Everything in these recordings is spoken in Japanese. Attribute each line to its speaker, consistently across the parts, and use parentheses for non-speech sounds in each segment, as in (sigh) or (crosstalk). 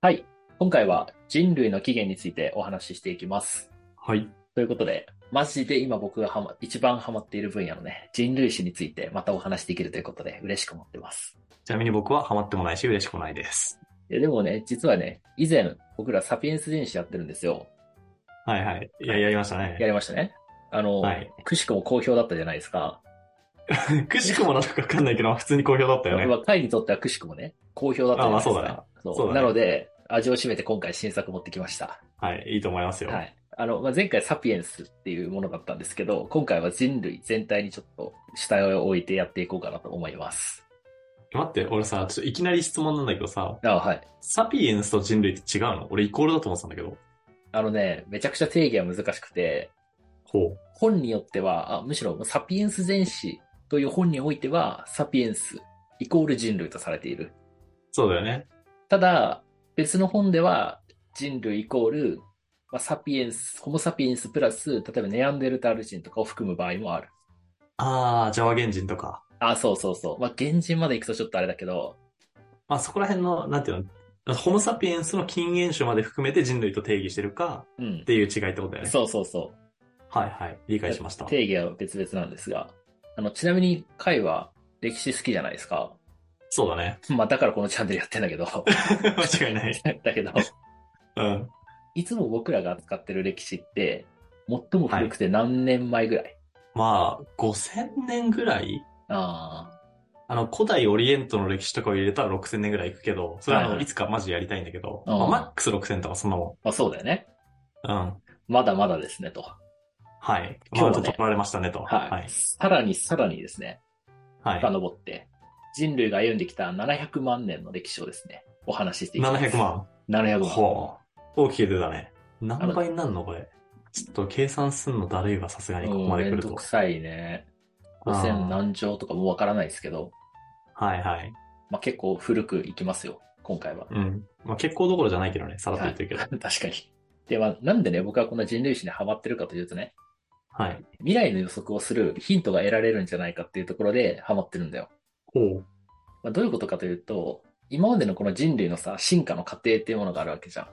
Speaker 1: はい。今回は人類の起源についてお話ししていきます。
Speaker 2: はい。
Speaker 1: ということで、マジで今僕がはま、一番ハマっている分野のね、人類史についてまたお話しできるということで嬉しく思ってます。
Speaker 2: ちなみに僕はハマってもないし、嬉しくもないです。
Speaker 1: いやでもね、実はね、以前僕らサピエンス人史やってるんですよ。
Speaker 2: はいはい。いや、やりました
Speaker 1: や
Speaker 2: ね。
Speaker 1: りましたね。あの、
Speaker 2: はい
Speaker 1: くしくも好評だったじゃないですか。
Speaker 2: くしくもなのかわかんないけど、普通に好評だったよね。
Speaker 1: まあ、会にとってはくしくもね、好評だったじゃないですか。
Speaker 2: あまあそうだね
Speaker 1: そう
Speaker 2: そうだね
Speaker 1: なので、味を占めて今回新作持ってきました。
Speaker 2: はい。いいと思いますよ。
Speaker 1: は。い。あの、まあ、前回サピエンスっていうものだったんですけど、今回は人類全体にちょっと主体を置いてやっていこうかなと思います。
Speaker 2: 待って、俺さ、ちょっといきなり質問なんだけどさ、
Speaker 1: あはい。
Speaker 2: サピエンスと人類って違うの俺イコールだと思ってたんだけど。
Speaker 1: あのね、めちゃくちゃ定義は難しくて、
Speaker 2: ほ
Speaker 1: 本によっては、あむしろサピエンス全史という本においては、サピエンスイコール人類とされている。
Speaker 2: そうだよね。
Speaker 1: ただ、別の本では人類イコール、まあ、サピエンス、ホモサピエンスプラス、例えばネアンデルタール人とかを含む場合もある。
Speaker 2: あー、ジャワ原人とか。
Speaker 1: あ、そうそうそう。まあ、原人まで行くとちょっとあれだけど、
Speaker 2: まあそこら辺の、なんていうの、ホモサピエンスの近縁種まで含めて人類と定義してるか
Speaker 1: うん
Speaker 2: っ。ていう違いってことだよね。
Speaker 1: そうそうそ
Speaker 2: はいはい。理
Speaker 1: う。
Speaker 2: 解しました。
Speaker 1: 定義は別々なんですが、あの、ちなみに、カイは歴史好きじゃないですか。 (laughs)
Speaker 2: そうだね。 (laughs)
Speaker 1: まあ、だからこのチャンネルやってんだけど、
Speaker 2: 間違いない。
Speaker 1: (laughs) だけど、
Speaker 2: うん。
Speaker 1: いつも僕らが扱ってる歴史って、最も古くて何年前ぐらい、
Speaker 2: まあ、5000年ぐらい
Speaker 1: あ
Speaker 2: あの、古代オリエントの歴史とかを入れたら6000年ぐらいいくけど、それはあの、
Speaker 1: はい
Speaker 2: いつかマジでやりたいんだけど、
Speaker 1: うん
Speaker 2: まあマックス6000とかそんなも
Speaker 1: あ、まあそうだよね。
Speaker 2: ん。うん。
Speaker 1: まだまだですね、と。
Speaker 2: はい。
Speaker 1: 今日はね
Speaker 2: マウント取られましたねと。
Speaker 1: はい。
Speaker 2: はい。
Speaker 1: さらにさらにですね、
Speaker 2: はい。
Speaker 1: 遡って、人類が歩んできた700万年の歴史をですね、お話ししていきます。
Speaker 2: 700。万。
Speaker 1: 700万。
Speaker 2: ほう。大きく出たね。何倍になるのこれ。ちょっと計算すんのだるいわ、さすがにここま
Speaker 1: うん、め
Speaker 2: で来
Speaker 1: ん
Speaker 2: る
Speaker 1: ど
Speaker 2: と
Speaker 1: く。さいね。5000何乗とかもわからないですけど、
Speaker 2: はいはい。
Speaker 1: まあ、結構古くいきますよ、今回は。
Speaker 2: うん。まあ、結構どころじゃないけどね、さらっと言ってるけど。
Speaker 1: (laughs) 確かに。で、まあ、なんでね、僕はこんな人類史にハマってるかというとね、
Speaker 2: はい。
Speaker 1: 未来の予測をするヒントが得られるんじゃないかっていうところでハマってるんだよ。
Speaker 2: ほう。
Speaker 1: まあ、どういうことかというと、今までのこの人類のさ、進化の過程っていうものがあるわけじゃん。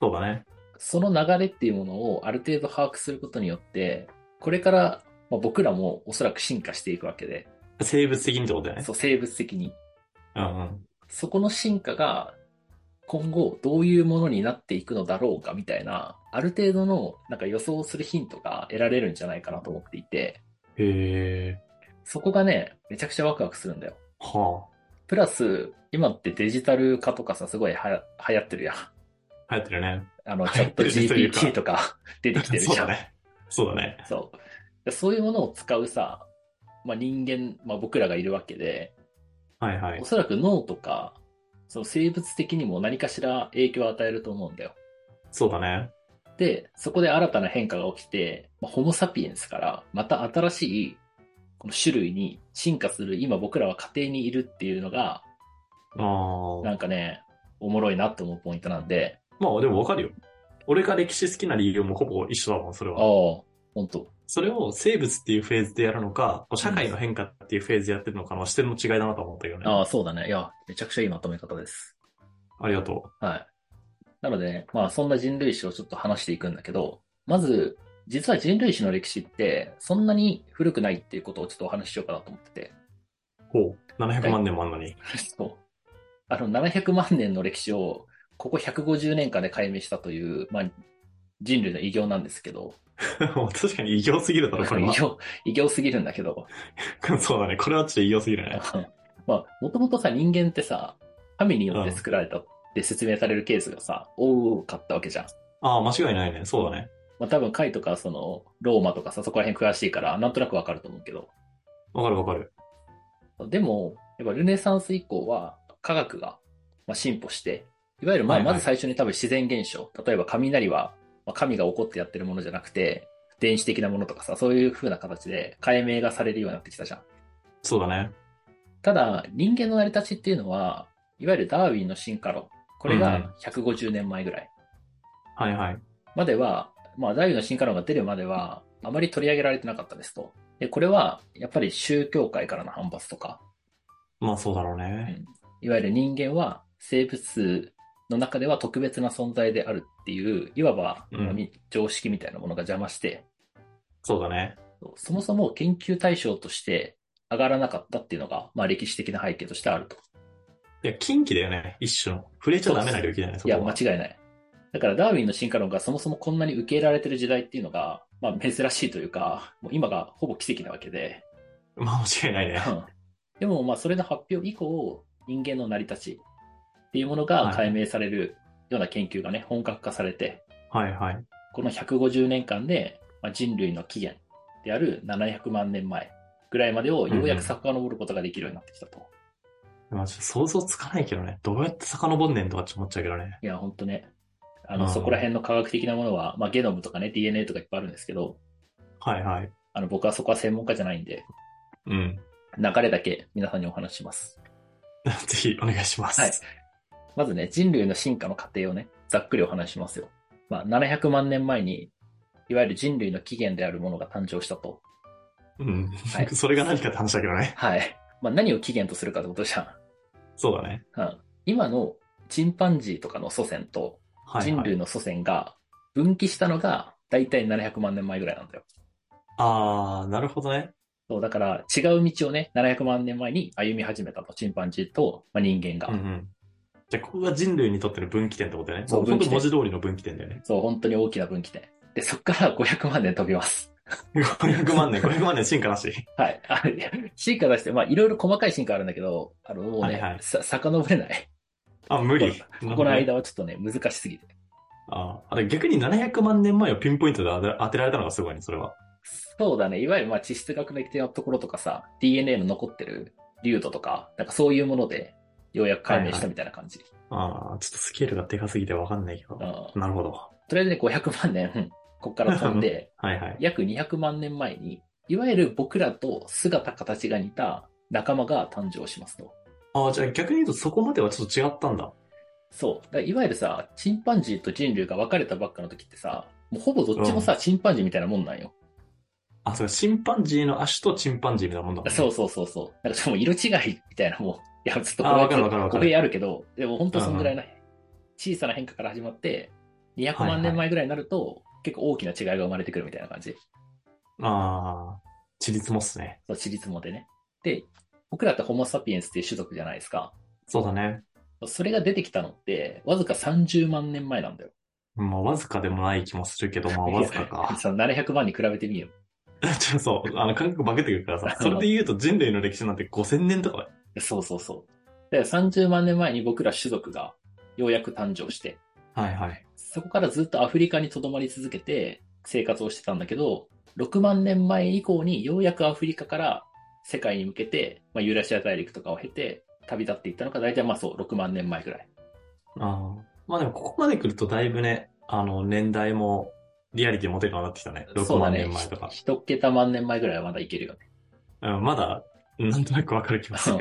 Speaker 2: そうだね。
Speaker 1: その流れっていうものをある程度把握することによって、これから、まあ、僕らもおそらく進化していくわけで、
Speaker 2: 生物的にってことだよね。
Speaker 1: そう生物的に。
Speaker 2: うんうん。
Speaker 1: そこの進化が今後どういうものになっていくのだろうかみたいな、ある程度のなんか予想するヒントが得られるんじゃないかなと思っていて、
Speaker 2: へえ。
Speaker 1: そこがね、めちゃくちゃワクワクするんだよ。
Speaker 2: は
Speaker 1: プラス、今ってデジタル化とかさ、すごいはや流行ってるやん。
Speaker 2: あ。流行ってるね。
Speaker 1: あの、チャット
Speaker 2: 流行ってるという
Speaker 1: GPT
Speaker 2: か
Speaker 1: とか出てきてる
Speaker 2: (laughs) そう
Speaker 1: じゃ
Speaker 2: だ
Speaker 1: ん。
Speaker 2: ね。そうだね。
Speaker 1: そう。でそういうものを使うさ、まあ、人間、まあ、僕らがいるわけで、
Speaker 2: はいはい
Speaker 1: お。そらく脳とか、その生物的にも何かしら影響を与えると思うんだよ。
Speaker 2: そうだね。
Speaker 1: で、そこで新たな変化が起きて、まあホモ・サピエンスからまた新しいこの種類に進化する今僕らは家庭にいるっていうのが、
Speaker 2: ああ。
Speaker 1: なんかね、おもろいなって思うポイントなんで、
Speaker 2: まあでもわかるよ。俺が歴史好きな理由もほぼ一緒だもん、それ
Speaker 1: ああ、
Speaker 2: は。
Speaker 1: ほんと。
Speaker 2: それを生物っていうフェーズでやるのか、社会の変化っていうフェーズでやってるのかの視点の違いだなと思ったよね。
Speaker 1: ああ、そうだね。いや、めちゃくちゃいいまとめ方です。
Speaker 2: ありがと
Speaker 1: はい。なのでね、まあそんな人類史をちょっと話していくんだけど、まず、実は人類史の歴史ってそんなに古くないっていうことをちょっとお話ししようかなと思ってて。
Speaker 2: う。ほう。700万年もあんのに。
Speaker 1: (laughs) そう。あの、700万年の歴史を、ここ150年間で解明したという、まあ、人類の偉業なんですけど、
Speaker 2: もう (laughs) 確かに異形すぎるだろ、これ
Speaker 1: 偉
Speaker 2: は。
Speaker 1: 業、偉業すぎるんだけど、 (laughs)
Speaker 2: (laughs) そうだね。これはちょっと異形すぎるね。
Speaker 1: まあ、もともとさ、人間ってさ、神によって作られたって説明されるケースがさ、多かったわけじゃん。
Speaker 2: ああ、間違いないね。そうだね。
Speaker 1: まあ、多分、カイとか、その、ローマとかさ、そこら辺詳しいから、なんとなくわかると思うけど、
Speaker 2: わかるわかる。
Speaker 1: でも、やっぱルネサンス以降は、科学がまあ進歩して、いわゆるまあ
Speaker 2: はいは
Speaker 1: ま
Speaker 2: い
Speaker 1: ず最初に多分自然現象、例えば雷は、まあ、神が怒ってやってるものじゃなくて、電子的なものとかさ、そういう風な形で解明がされるようになってきたじゃん。
Speaker 2: そうだね。
Speaker 1: ただ、人間の成り立ちっていうのは、いわゆるダーウィンの進化論、これ
Speaker 2: うんう
Speaker 1: が150年前ぐらい
Speaker 2: はいはい。
Speaker 1: までは、まあ、ダーウィンの進化論が出るまでは、あまり取り上げられてなかったですと。で、これは、やっぱり宗教界からの反発とか、
Speaker 2: まあそうだろうね。
Speaker 1: いわゆる人間は生物の中では特別な存在であるっていう、いわば、
Speaker 2: うん
Speaker 1: に常識みたいなものが邪魔して、
Speaker 2: そうだね。
Speaker 1: そもそも研究対象として上がらなかったっていうのが、まあ歴史的な背景としてあると。
Speaker 2: いや、近畿だよね、一種の。触れちゃダメな領域だよね、そ
Speaker 1: い
Speaker 2: こは
Speaker 1: や、間違いない。だからダーウィンの進化論がそもそもこんなに受け入れられてる時代っていうのが、まあ珍しいというか、もう今がほぼ奇跡なわけで、
Speaker 2: (laughs) まあ、間違いないね。
Speaker 1: でもまあそれの発表以降、人間の成り立ちっていうものが解明されるような研究がね、本格化されて、
Speaker 2: はいはい。
Speaker 1: この150年間で、まあ、人類の起源である700万年前ぐらいまでをようやく遡ることができるようになってきたと。
Speaker 2: まあ、ちょっと想像つかないけどね。どうやって遡んねんとかって思っちゃうけどね。
Speaker 1: いや、ほんとね。あの、
Speaker 2: うん
Speaker 1: そこら辺の科学的なものは、まあ、ゲノムとかね、DNA とかいっぱいあるんですけど、
Speaker 2: はいはい。
Speaker 1: あの、僕はそこは専門家じゃないんで、
Speaker 2: うん。
Speaker 1: 流れだけ皆さんにお話しします。
Speaker 2: (laughs) ぜひお願いします。
Speaker 1: はいまずね、人類の進化の過程をね、ざっくりお話ししますよ。まあ、700万年前に、いわゆる人類の起源であるものが誕生したと。
Speaker 2: う
Speaker 1: い
Speaker 2: ん。(laughs) それが何かって話だけどね。
Speaker 1: はい。まあ、何を起源とするかってことじゃん。
Speaker 2: そうだね。
Speaker 1: うん今のチンパンジーとかの祖先と
Speaker 2: はい、はい。
Speaker 1: 人類の祖先が分岐したのが大体700万年前ぐらいなんだよ。
Speaker 2: あー、なるほどね。
Speaker 1: そう、だから違う道をね、700万年前に歩み始めたと、チンパンジーと、まあ、人間が。
Speaker 2: うんうん。じゃあ、ここが人類にとっての分岐点ってことだよね。
Speaker 1: そう
Speaker 2: も本
Speaker 1: 分
Speaker 2: 当
Speaker 1: 岐点
Speaker 2: 文字通りの分岐点だよね。 (laughs)
Speaker 1: そう、本当に大きな分岐点。で、そっから500万年飛びます。
Speaker 2: 500万年、500万年進化なし。
Speaker 1: はい。 (laughs) あいや進化出して、まあ、いろいろ細かい進化あるんだけど、あの、もうね、
Speaker 2: はいはい
Speaker 1: さ、 (laughs) 遡れない。
Speaker 2: あ、無理。
Speaker 1: ここの間はちょっとね、難しすぎて。
Speaker 2: あーあ、で逆に700万年前をピンポイントで当て当てられたのがすごいね、それは。
Speaker 1: そうだね。いわゆるまあ地質学的なところとかさ、DNA の残ってる粒度とか、なんかそういうもので、ようやく解明したみたいな感じ。
Speaker 2: あー、ちょっとスケールがでかすぎてわかんないけど。
Speaker 1: うん
Speaker 2: なるほど。
Speaker 1: とりあえずね、500万年、こっから飛ん
Speaker 2: (laughs)
Speaker 1: で、
Speaker 2: はいはい。
Speaker 1: 約200万年前に、いわゆる僕らと姿形が似た仲間が誕生しますと。
Speaker 2: あー、じゃあ逆に言うとそこまではちょっと違ったんだ。
Speaker 1: そう。だからいわゆるさ、チンパンジーと人類が別れたばっかの時ってさ、もうほぼどっちもさ、チンパンジーみたいなもんなんよ。
Speaker 2: あ、そうか、チンパンジーの足とチンパンジーみたいなもんだもんね
Speaker 1: そうそうそうそう。なんかその色違いみたいなもう、いや、ちょっとこ
Speaker 2: あ
Speaker 1: れ
Speaker 2: わかるわかるわか
Speaker 1: 語
Speaker 2: る
Speaker 1: 弊あるけど、でも本当そんぐらいな小さな変化から始まって、200
Speaker 2: はいは
Speaker 1: 万
Speaker 2: い
Speaker 1: 年前ぐらいになると、結構大きな違いが生まれてくるみたいな感じ。
Speaker 2: ああ、ちりつもっすね。
Speaker 1: そう、地立もでね。で、僕らってホモ・サピエンスっていう種族じゃないですか。
Speaker 2: そうだね。
Speaker 1: それが出てきたのって、わずか30万年前なんだよ。
Speaker 2: まあ、わずかでもない気もするけど、まあ、わずか
Speaker 1: いや
Speaker 2: か。 (laughs)
Speaker 1: その700万に比べてみよ。
Speaker 2: ちょっとそう、あの、感覚化けてくるからさ。それで言うと人類の歴史なんて5000年とかだよ。
Speaker 1: そうそうそう。で、30万年前に僕ら種族がようやく誕生して、
Speaker 2: はいはい。
Speaker 1: そこからずっとアフリカに留まり続けて生活をしてたんだけど、6万年前以降にようやくアフリカから世界に向けて、まあ、ユーラシア大陸とかを経て旅立っていったのが大体まあそう、6万年前ぐらい。
Speaker 2: あーまあでも、ここまで来るとだいぶね、あの、年代も、リアリティ持てるようになってきたね。
Speaker 1: そ
Speaker 2: 6
Speaker 1: うだ
Speaker 2: 万
Speaker 1: ね
Speaker 2: 年前とか。
Speaker 1: ひ一桁万年前ぐらいはまだいけるよね。
Speaker 2: うん、まだ、なんとなくわかる気が (laughs) する。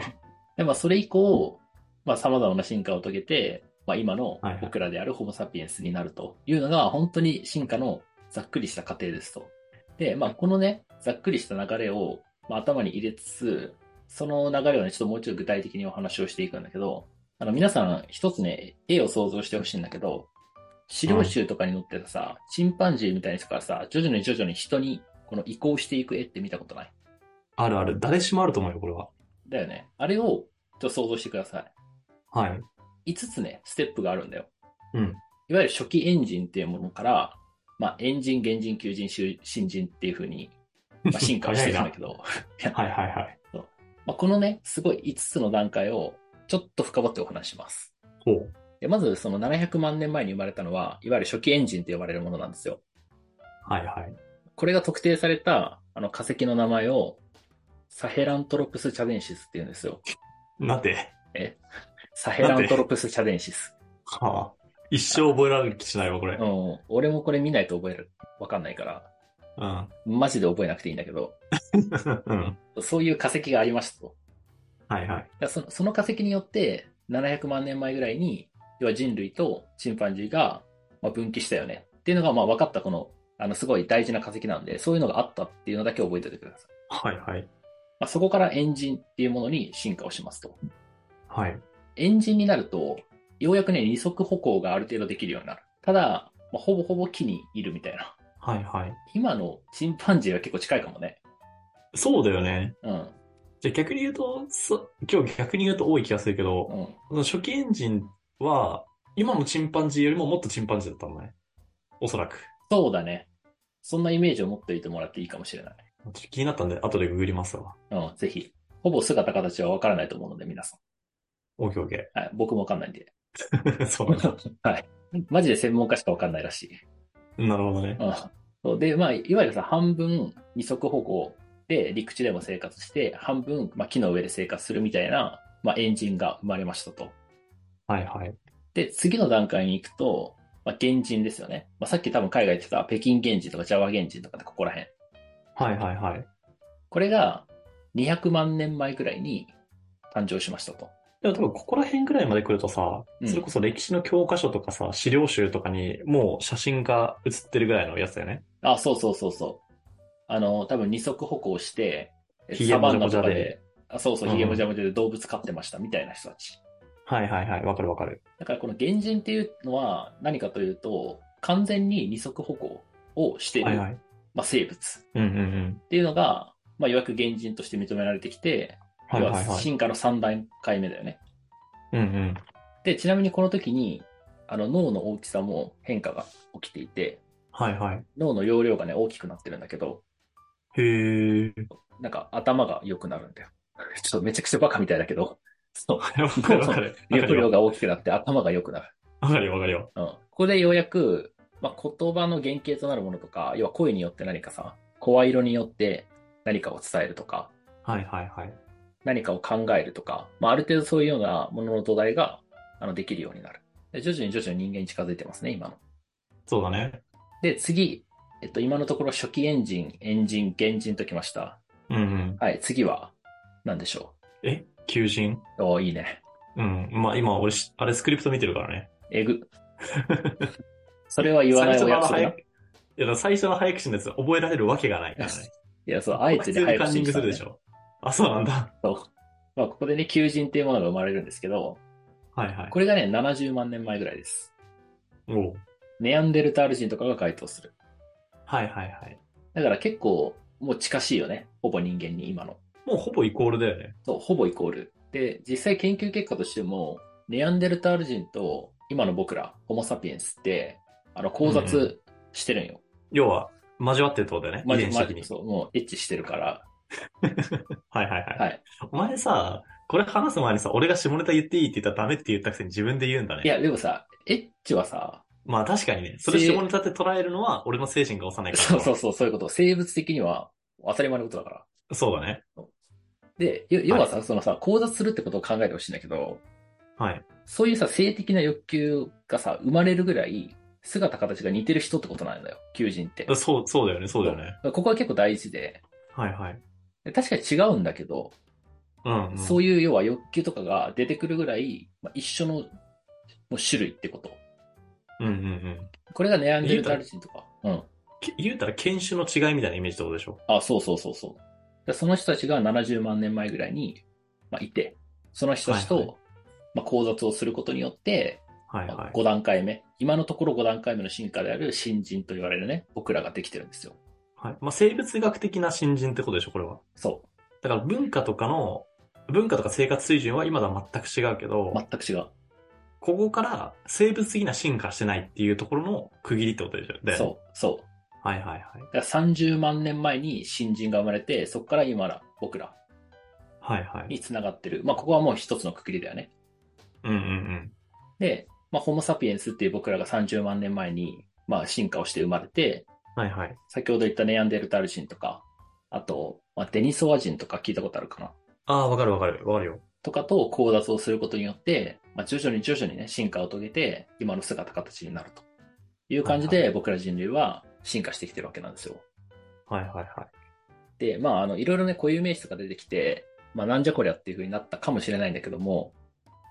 Speaker 1: で、まあそれ以降、まあ様々な進化を遂げて、まあ今の
Speaker 2: はいはい
Speaker 1: 僕らであるホモサピエンスになるというのが本当に進化のざっくりした過程ですと。で、まあこのね、ざっくりした流れを、まあ、頭に入れつつ、その流れをね、ちょっともうちょっと具体的にお話をしていくんだけど、あの皆さん一つね、絵を想像してほしいんだけど、資料集とかに載ってたさ、チンパンジーみたいな人からさ、徐々に徐々に人にこの移行していく絵って見たことない
Speaker 2: あるある。誰しもあると思うよ、これは。
Speaker 1: だよね。あれをちょっと想像してください。
Speaker 2: はい。
Speaker 1: 5つね、ステップがあるんだよ。
Speaker 2: うん。
Speaker 1: いわゆる初期エンジンっていうものから、まあ、エンジン、原人、求人、囚新人っていう風に、ま
Speaker 2: (laughs)
Speaker 1: あ、進化をしていくんだけど、
Speaker 2: はいはいはい。
Speaker 1: まあこのね、すごい5つの段階をちょっと深掘ってお話します。
Speaker 2: ほう。
Speaker 1: でまず、その700万年前に生まれたのは、いわゆる初期エンジンと呼ばれるものなんですよ。
Speaker 2: はいはい。
Speaker 1: これが特定されたあの化石の名前を、サヘラントロプス・チャデンシスっていうんですよ。
Speaker 2: なんで、
Speaker 1: サヘラントロプス・チャデンシス。
Speaker 2: はあ、一生覚えられる気しないわ、これ。
Speaker 1: うん、俺もこれ見ないと覚える、わかんないから、
Speaker 2: うん。
Speaker 1: マジで覚えなくていいんだけど、
Speaker 2: うん。
Speaker 1: そういう化石がありましたと。
Speaker 2: はい
Speaker 1: だ
Speaker 2: はい。
Speaker 1: からそのその化石によって、700万年前ぐらいに、要は人類とチンパンジーがまあ分岐したよねっていうのがまあ分かった、この、あの、すごい大事な化石なんで、そういうのがあったっていうのだけ覚えておいてください。
Speaker 2: はいはい。
Speaker 1: まあ、そこからエンジンっていうものに進化をしますと。
Speaker 2: はい。
Speaker 1: エンジンになると、ようやくね、二足歩行がある程度できるようになる。ただ、まあ、ほぼほぼ木にいるみたいな。
Speaker 2: はいはい。
Speaker 1: 今のチンパンジーは結構近いかもね。
Speaker 2: そうだよね。
Speaker 1: うん。
Speaker 2: じゃあ逆に言うと、そ今日逆に言うと多い気がするけど、
Speaker 1: うん。
Speaker 2: その初期エンジンは、今のチンパンジーよりももっとチンパンジーだったのね。おそらく。
Speaker 1: そうだね。そんなイメージを持っておいてもらっていいかもしれない。
Speaker 2: ちょっと気になったんで、後でググりますわ。
Speaker 1: うん、ぜひ。ほぼ姿形はわからないと思うので、皆さ
Speaker 2: オーケーオーケ
Speaker 1: ん。はい、僕もわかんないん
Speaker 2: (laughs)
Speaker 1: で。
Speaker 2: ー。 (laughs) そうなんだ。
Speaker 1: はい。マジで専門家しかわかんないらしい。
Speaker 2: なるほどね。
Speaker 1: うんそう。で、まあ、いわゆるさ、半分二足歩行で陸地でも生活して、半分、まあ、木の上で生活するみたいな、まあ、エンジンが生まれましたと。
Speaker 2: はいはい。
Speaker 1: で、次の段階に行くと、まあ、原人ですよね。まあ、さっき多分海外行ってた北京原人とかジャワ原人とかでここら辺。
Speaker 2: はいはいはい。
Speaker 1: これが200万年前くらいに誕生しましたと。
Speaker 2: でも多分ここら辺ぐらいまで来るとさ、
Speaker 1: うん
Speaker 2: それこそ歴史の教科書とかさ、資料集とかにもう写真が写ってるぐらいのやつだよね。
Speaker 1: あ、そうそうそうそう。あの、多分二足歩行して、
Speaker 2: ひげもじゃもじゃ
Speaker 1: サ
Speaker 2: で
Speaker 1: バンナとかあ、そうそう、
Speaker 2: うん
Speaker 1: ヒゲもじゃもじゃで動物飼ってましたみたいな人たち。
Speaker 2: はいはいはい。わかるわかる。
Speaker 1: だからこの原人っていうのは何かというと、完全に二足歩行をしている、
Speaker 2: はいはい。
Speaker 1: まあ、生物
Speaker 2: うんうんうん。
Speaker 1: っていうのが、まあ、ようやく原人として認められてきて、
Speaker 2: はいは
Speaker 1: 要
Speaker 2: い
Speaker 1: は
Speaker 2: はい。
Speaker 1: 進化の3段階目だよね。
Speaker 2: うんうん。
Speaker 1: で、ちなみにこの時に、あの脳の大きさも変化が起きていて、
Speaker 2: はいはい。
Speaker 1: 脳の容量がね、大きくなってるんだけど、(laughs)
Speaker 2: へえ。
Speaker 1: なんか頭が良くなるんだよ。ちょっとめちゃくちゃバカみたいだけど、 (laughs) そう、
Speaker 2: わかるわかる。わか
Speaker 1: 容
Speaker 2: る
Speaker 1: 量
Speaker 2: よ。
Speaker 1: が大きくなって頭が良くなる。
Speaker 2: わかるよわかるよ。
Speaker 1: うん。ここでようやく、まあ、言葉の原型となるものとか、要は声によって何かさ、声色によって何かを伝えるとか、
Speaker 2: はいはいはい。
Speaker 1: 何かを考えるとか、まあ、ある程度そういうようなものの土台があのできるようになる。で徐々に徐々に人間に近づいてますね、今の。
Speaker 2: そうだね。
Speaker 1: で、次、えっと、今のところ初期エンジン、エンジン、原人ときました。
Speaker 2: うんうん。
Speaker 1: はい、次は、何でしょ
Speaker 2: え求人
Speaker 1: う。おーいいね。
Speaker 2: うん。まあ今俺し、あれスクリプト見てるからね。
Speaker 1: えぐ。それは言わないお
Speaker 2: (laughs) 最初のあ
Speaker 1: 約束
Speaker 2: の早
Speaker 1: な。い
Speaker 2: く、いやだから最初の早口のやつ覚えられるわけがないからね。
Speaker 1: や、そう、あえて
Speaker 2: 普
Speaker 1: で
Speaker 2: 通に
Speaker 1: 早
Speaker 2: カン
Speaker 1: 口
Speaker 2: ニン
Speaker 1: に
Speaker 2: グ
Speaker 1: し
Speaker 2: す
Speaker 1: た、
Speaker 2: る
Speaker 1: ね
Speaker 2: でし。ょ。あ、そうなんだ。
Speaker 1: そう。まあ、ここでね、求人っていうものが生まれるんですけど、
Speaker 2: はいはい。
Speaker 1: これがね、70万年前ぐらいです。
Speaker 2: おう
Speaker 1: ネアンデルタール人とかが該当する。
Speaker 2: はいはいはい。
Speaker 1: だから結構、もう近しいよね。ほぼ人間に今の。
Speaker 2: もうほぼイコールだよね。
Speaker 1: そう、ほぼイコール。で、実際研究結果としても、ネアンデルタール人と今の僕ら、ホモサピエンスって、あの、交雑してるんよ。
Speaker 2: 要は、交わってるってことだよね。
Speaker 1: ま
Speaker 2: 遺伝子
Speaker 1: ま
Speaker 2: 的に。
Speaker 1: そう、もうエッチしてるから。
Speaker 2: はいはいはい。
Speaker 1: はい。
Speaker 2: お前さ、これ話す前にさ、俺が下ネタ言っていいって言ったらダメって言ったくせに自分で言うんだね。
Speaker 1: いや、でもさ、エッチはさ、
Speaker 2: まあ確かにね、それ
Speaker 1: せ
Speaker 2: 下ネタって捉えるのは俺の精神が幼いから。
Speaker 1: そうそうそう、そういうこと。生物的には当たり前のことだから。
Speaker 2: う。そうだね。
Speaker 1: で、よ要はさ、そのさ、交雑するってことを考えてほしいんだけど、
Speaker 2: はい。
Speaker 1: そういうさ、性的な欲求がさ、生まれるぐらい、姿形が似てる人ってことなんだよ、求人って。
Speaker 2: そう、そうだよね、そうだよね。
Speaker 1: ここは結構大事で、
Speaker 2: はいはい。
Speaker 1: で確かに違うんだけど、
Speaker 2: うん、うん。
Speaker 1: そういう要は欲求とかが出てくるぐらい、まあ、一緒のもう種類ってこと。
Speaker 2: うんうんうん。
Speaker 1: これがネアンデルタール人とか。うん。
Speaker 2: け言うたら犬種の違いみたいなイメージってことでしょ。
Speaker 1: あ、そうそうそうそう。でその人たちが70万年前ぐらいに、まあ、いて、その人たちと、
Speaker 2: はいは
Speaker 1: まあ、交雑をすることによって、
Speaker 2: はいはい。
Speaker 1: 5段階目。今のところ5段階目の進化である新人と言われるね、僕らができてるんですよ。
Speaker 2: はい。まあ生物学的な新人ってことでしょ、これは。
Speaker 1: そ
Speaker 2: だから文化とかの、文化とか生活水準は今とは全く違うけど、
Speaker 1: う。全く違う。
Speaker 2: ここから生物的な進化してないっていうところの区切りってことでしょ。だよね
Speaker 1: そう。そう。
Speaker 2: はいはいはい。
Speaker 1: だから30万年前に新人が生まれて、そこから今ら、僕ら
Speaker 2: はいはい。
Speaker 1: に繋がってる。まあ、ここはもう一つのくくりだよね。
Speaker 2: うんうんうん。
Speaker 1: で、まあ、ホモサピエンスっていう僕らが30万年前に、まあ、進化をして生まれて、
Speaker 2: はいはい。
Speaker 1: 先ほど言ったネアンデルタール人とか、あと、まあ、デニソワ人とか聞いたことあるかな
Speaker 2: ああ、わかるわかる。わかるよ。
Speaker 1: とかと交雑をすることによって、まあ、徐々に徐々にね、進化を遂げて、今の姿形になるという感じ
Speaker 2: は
Speaker 1: で、僕ら人類は進化してきてるわけなんですよ。
Speaker 2: はいはいはい。
Speaker 1: で、まあ、あの、いろいろね、固有名詞とか出てきて、まあ、なんじゃこりゃっていう風になったかもしれないんだけども、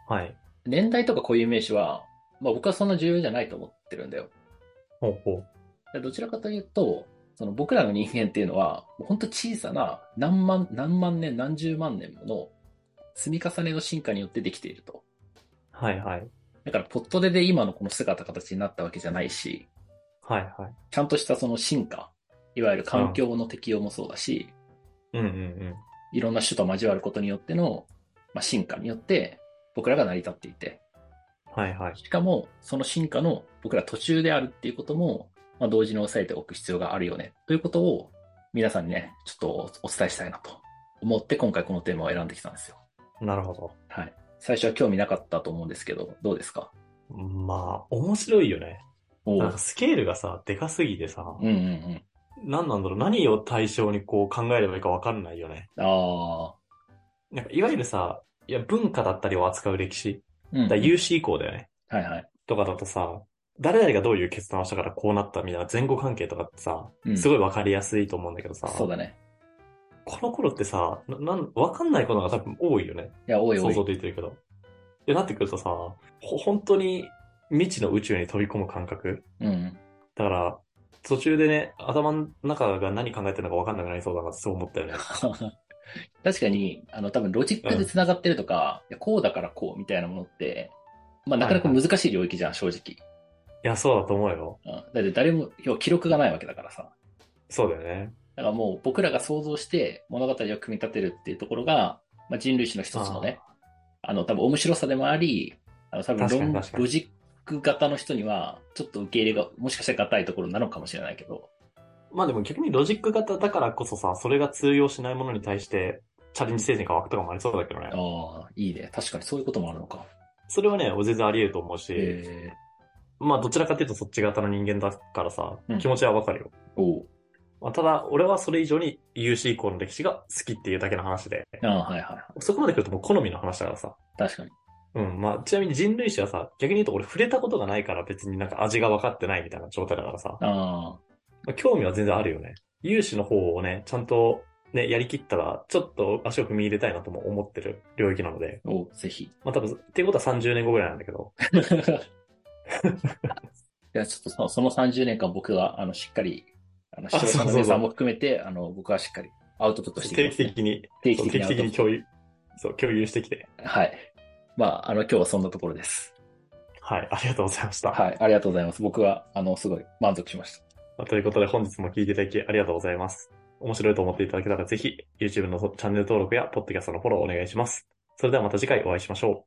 Speaker 2: はい。
Speaker 1: 年代とか固有名詞は、まあ、僕はそんな重要じゃないと思ってるんだよ。
Speaker 2: ほうほう。
Speaker 1: でどちらかというと、その僕らの人間っていうのは、もうほんと小さな何万、何万年、何十万年もの積み重ねの進化によってできていると。
Speaker 2: はいはい。
Speaker 1: だから、ポットでで今のこの姿形になったわけじゃないし、
Speaker 2: はいはい。
Speaker 1: ちゃんとしたその進化、いわゆる環境の適応もそうだし、
Speaker 2: うんうん
Speaker 1: いろんな種と交わることによっての、まあ、進化によって、僕らが成り立っていて、
Speaker 2: うん。はいはい。
Speaker 1: しかも、その進化の僕ら途中であるっていうことも、まあ、同時に押さえておく必要があるよね、ということを、皆さんにね、ちょっとお伝えしたいなと思って、今回このテーマを選んできたんですよ。
Speaker 2: なるほど。
Speaker 1: はい。最初は興味なかったと思うんですけど、どうですか
Speaker 2: まあ、面白いよね。
Speaker 1: おう
Speaker 2: なんかスケールがさ、でかすぎてさ、
Speaker 1: うんうんうん。
Speaker 2: 何なんだろう、何を対象にこう考えればいいかわかんないよね。
Speaker 1: ああ。
Speaker 2: なんかいわゆるさ、いや、文化だったりを扱う歴史。
Speaker 1: うん
Speaker 2: だから有史以降だよね。
Speaker 1: はいはい。
Speaker 2: とかだとさ、誰々がどういう決断をしたからこうなったみたいな前後関係とかってさ、
Speaker 1: うん
Speaker 2: すごいわかりやすいと思うんだけどさ、
Speaker 1: そうだね。
Speaker 2: この頃ってさ、な、なん、わかんないことが多分多いよね。
Speaker 1: いや、おいお
Speaker 2: 想
Speaker 1: い。
Speaker 2: 像で言ってるけど。で、なってくるとさ、ほ、本当に未知の宇宙に飛び込む感覚。
Speaker 1: うん。 (laughs)
Speaker 2: だから、途中でね、頭の中が何考えてるのかわかんなくなりそうだなってそう思ったよね。
Speaker 1: 確かに、あの、多分ロジックで繋がってるとか、いやこうだからこうみたいなものって、まあなかなか難しい領域じゃん、正直。
Speaker 2: いや、そうだと思うよ。
Speaker 1: うん、だって誰も、要は記録がないわけだからさ。
Speaker 2: そうだよね。
Speaker 1: だからもう僕らが想像して物語を組み立てるっていうところが、まあ、人類史の一つのね、あの、多分面白さでもあり、あの、多分
Speaker 2: 確かに
Speaker 1: 論
Speaker 2: 確かに
Speaker 1: ロジック型の人には、ちょっと受け入れが、もしかしたら硬いところなのかもしれないけど、
Speaker 2: まあでも逆にロジック型だからこそさ、それが通用しないものに対して、チャレンジ精神が湧くとかもありそうだけどね。
Speaker 1: ああ、いいね。確かにそういうこともあるのか。
Speaker 2: それはね、全然あり得ると思うし、
Speaker 1: え
Speaker 2: まあどちらかというとそっち型の人間だからさ
Speaker 1: うん、
Speaker 2: 気持ちはわかるよ。
Speaker 1: ー、おう
Speaker 2: まあ、ただ、俺はそれ以上に UC 以降の歴史が好きっていうだけの話で、
Speaker 1: ああ、はいはいは
Speaker 2: そこまで来るともう好みの話だからさ。
Speaker 1: い。確かに。
Speaker 2: うん、まあちなみに人類史はさ、逆に言うと俺触れたことがないから別になんか味が分かってないみたいな状態だからさ、
Speaker 1: あ
Speaker 2: まあ、興味は全然あるよね。有志の方をね、ちゃんとね、やりきったら、ちょっと足を踏み入れたいなとも思ってる領域なので、
Speaker 1: あ、おうぜひ。
Speaker 2: まあ多分、っていうことは30年後ぐらいなんだけど、
Speaker 1: いや、ちょっとそのその30年間僕は、あの、しっかり、あの、視
Speaker 2: あ
Speaker 1: 聴者の
Speaker 2: そうそうそう
Speaker 1: 皆さんも含めて、あの、僕はしっかりアウトプットしてい
Speaker 2: 定
Speaker 1: きま
Speaker 2: 期
Speaker 1: すね
Speaker 2: 的に、
Speaker 1: 定
Speaker 2: そう定期
Speaker 1: アウ
Speaker 2: 的
Speaker 1: ト
Speaker 2: に共有、そう、共有してきて、
Speaker 1: はい。まあ、あの、今日はそんなところです。
Speaker 2: はい、ありがとうございました。
Speaker 1: はい、ありがとうございます。僕は、あの、すごい満足しました。
Speaker 2: まあということで本日も聞いていただきありがとうございます。面白いと思っていただけたらぜひ YouTube のチャンネル登録やポッドキャストのフォローお願いします。それではまた次回お会いしましょう。